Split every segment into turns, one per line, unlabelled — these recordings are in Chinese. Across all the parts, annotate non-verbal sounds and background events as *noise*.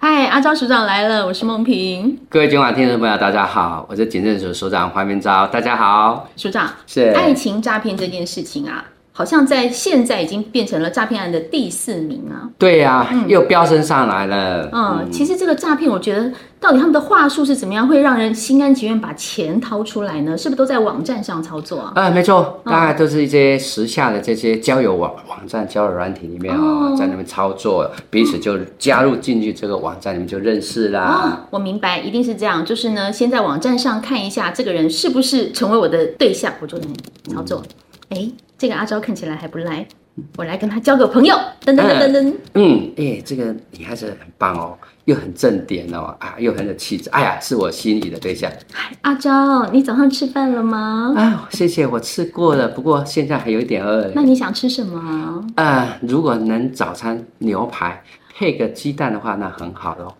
阿昭署长来了，我是梦萍。
各位今晚听众朋友，大家好，我是警政署署长黄明昭，大家好。哎
署长，
是
爱情诈骗这件事情啊，好像在现在已经变成了诈骗案的第四名啊。
对呀、又飙升上来了。
嗯，其实这个诈骗，我觉得到底他们的话术是怎么样，会让人心甘情愿把钱掏出来呢？是不是都在网站上操作啊？
呃，没错，大概都是一些时下的这些交友网网站、交友软体里面哦，在那边操作，彼此就加入进去这个网站，你们就认识啦。
哦，我明白，一定是这样。就是呢，先在网站上看一下这个人是不是成为我的对象，我就能操作。哎、这个阿昭看起来还不赖，我来跟他交个朋友。噔噔噔噔噔，
嗯，哎、这个你还是很棒哦，又很正点哦，啊，又很有气质，哎呀，是我心仪的对象
阿昭，你早上吃饭了吗？
啊！谢谢，我吃过了，不过现在还有一点饿。
那你想吃什么？
呃，如果能早餐牛排配个鸡蛋的话，那很好咯。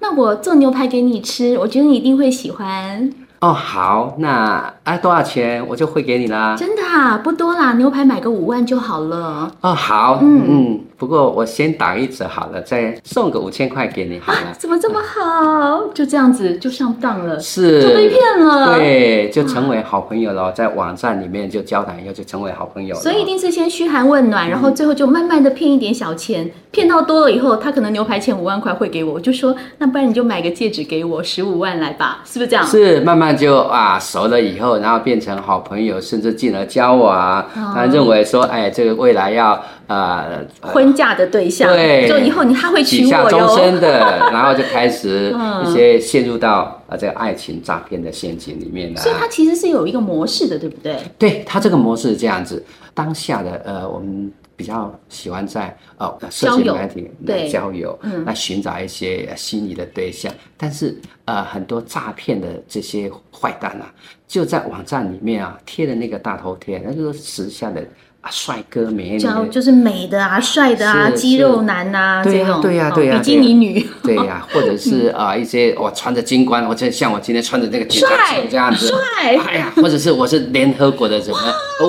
那我做牛排给你吃，我觉得你一定会喜欢。
哦，好，那啊多少钱我就汇给你啦。
真的啊，不多啦，牛排买个五万就好了。啊
哦，好，嗯嗯，不过我先打一折好了，再送个五千块给你好了。
*laughs* 怎么这么好？就这样子就上当了，
是，
就被骗了。，
对，就成为好朋友了，在网站里面就交谈以后就成为好朋友了。
所以一定是先嘘寒问
嗯
暖，然后最后就慢慢的骗一点小钱，骗到多了以后，他可能牛排钱五万块会给我，我就说那不然你就买个戒指给我，十五万来吧，是不是这样？
是慢慢就啊熟了以后，然后变成好朋友，甚至进而交往。
哦
他、认为说，哎，这个未来要呃
婚嫁的对象，
对
就以后你他会娶
许下
我
终
哟。嗯
身的，然后就开
*laughs*
始一些陷入到啊这个爱情诈骗的陷阱里面了、
所以它其实是有一个模式的，对不对？
对他这个模式是这样子，当下的呃我们。比较喜欢在呃社
交
群
友
媒体
对嗯
来交友，来寻找一些呃心仪的对象。但是呃，很多诈骗的这些坏蛋啊，就在网站里面啊贴的那个大头贴，那就是时下的啊帅哥美女，
叫就是美的啊、帅的啊、
是
肌肉男呐、
对
这
呀
种，
对呀
哦
对呀
比基尼
*laughs*
女，
对呀、或者是啊、一些我穿着军官，我就像我今天穿着这个警察
嗯帅
服这样子，
帅
哎呀，或者是我是联合国的什么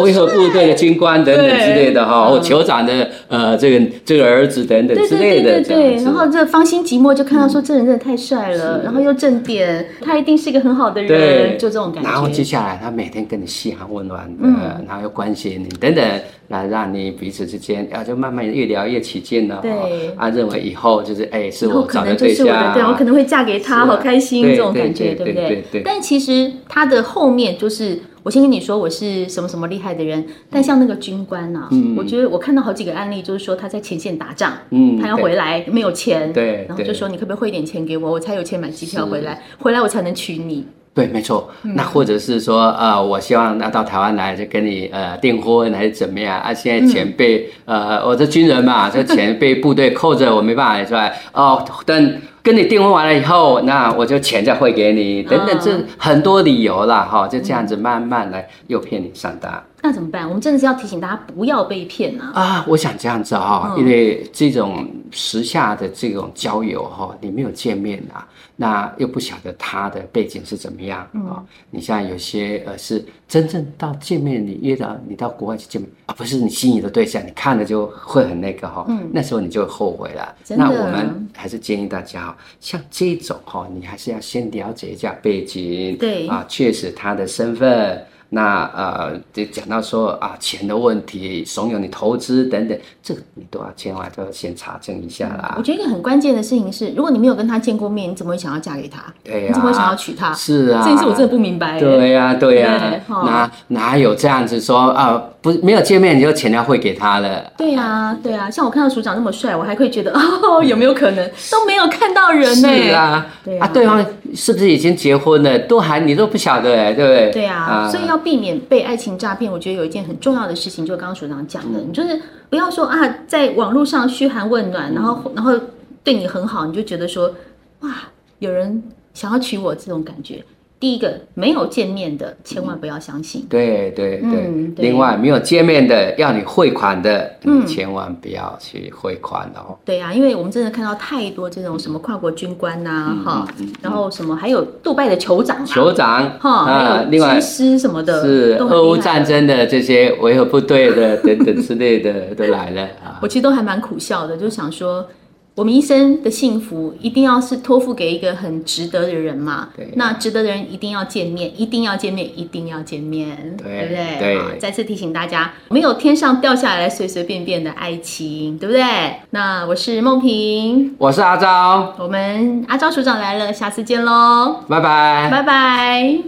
维和部队的军官等等之类的哈，我酋长的呃这个这个儿子等等
嗯对
之
对
类
对
的
对
这
对
样，子嗯
然。后这芳心寂寞就看到说这人真的太帅了，然后又正点，他一定是一个很好的人，就这种感
然后
觉。
接
嗯
下来他每天跟你嘘寒问暖的，然后又关心你等等，来让你彼此之间啊就慢慢越聊越起劲了。
对
哦啊，认为以后就是哎是
以后
我
可
找
能
的
就
对
是
象
我的，
啊，
对，我可能会嫁给他，
是啊
好开心
对
这种感觉，不
对对对对对
但其实他的后面就是，我先跟你说我是什么什么厉害的人，但像那个军官呐，我觉得我看到好几个案例，就是说他在前线打仗，
嗯
他要
对
回来没有钱，
对
然后就
对
说你可不可以汇点钱给我，我才有钱买机票回来，回来我才能娶你。
对，没错。那或者是说，呃，我希望那到台湾来就跟你呃订婚还是怎么样啊？现在钱被、呃，我这军人嘛，这钱被部队扣着，我没办法拿出来。哦，等跟你订婚完了以后，那我就钱再汇给你，等等，这很多理由啦，哈、就这样子慢慢来诱骗你上当。
那怎么办？我们真的是要提醒大家不要被骗啊！
啊，我想这样子哈、
嗯
因为这种时下的这种交友哈、你没有见面啊，那又不晓得他的背景是怎么样啊、
嗯
你像有些呃是真正到见面，你约到你到国外去见面啊，不是你心仪的对象，你看了就会很那个哈、那时候你就会后悔了。
嗯真的
那我们还是建议大家哈、像这种哈、你还是要先了解一下背景，
对
啊，确实他的身份。那呃，就讲到说啊，钱的问题，怂恿你投资等等，这个你都要千万都要先查证一下啦
我。觉得一个很关键的事情是，如果你没有跟他见过面，你怎么会想要嫁给他？
对呀
你怎么会想要娶他？
是啊
这件事我真的不明白。欸
对呀、对呀、
对哦哈
哪哪有这样子说啊？不，没有见面你就钱要汇给他了。
对啊，对啊，像我看到署长那么帅，我还会觉得 *laughs* 哦，有没有可能都没有看到人呢？
是啊，
对啊
啊，对方是不是已经结婚了？都还你都不晓得哎，对不对？
对啊，所以要避免被爱情诈骗，我觉得有一件很重要的事情，就是刚刚署长讲的，你就是不要说啊，在网络上嘘寒问暖，然后然后对你很好，你就觉得说哇，有人想要娶我这种感觉。第一个，没有见面的千万不要相信。
对对对，
嗯对嗯
另外没有见面的要你汇款的，你千万不要去汇款哦。
对啊，因为我们真的看到太多这种什么跨国军官呐、哈、然后什么还有杜拜的酋长啊，
酋长
哈，还有
另外
军师什么的，
是
都很厉害
俄乌战。争的这些维和部队的等等之类的都来了啊。
我其实都还蛮苦笑的，就想说，我们一生的幸福一定要是托付给一个很值得的人嘛。
对
那值得的人一定要见面，一定要见面，一定要见面，
对
不对？
对
好再次提醒大家，没有天上掉下来随随便便的爱情，对不对？那我是梦萍，
我是阿昭，
我们阿昭署长来了，下次见喽，
拜拜
拜拜。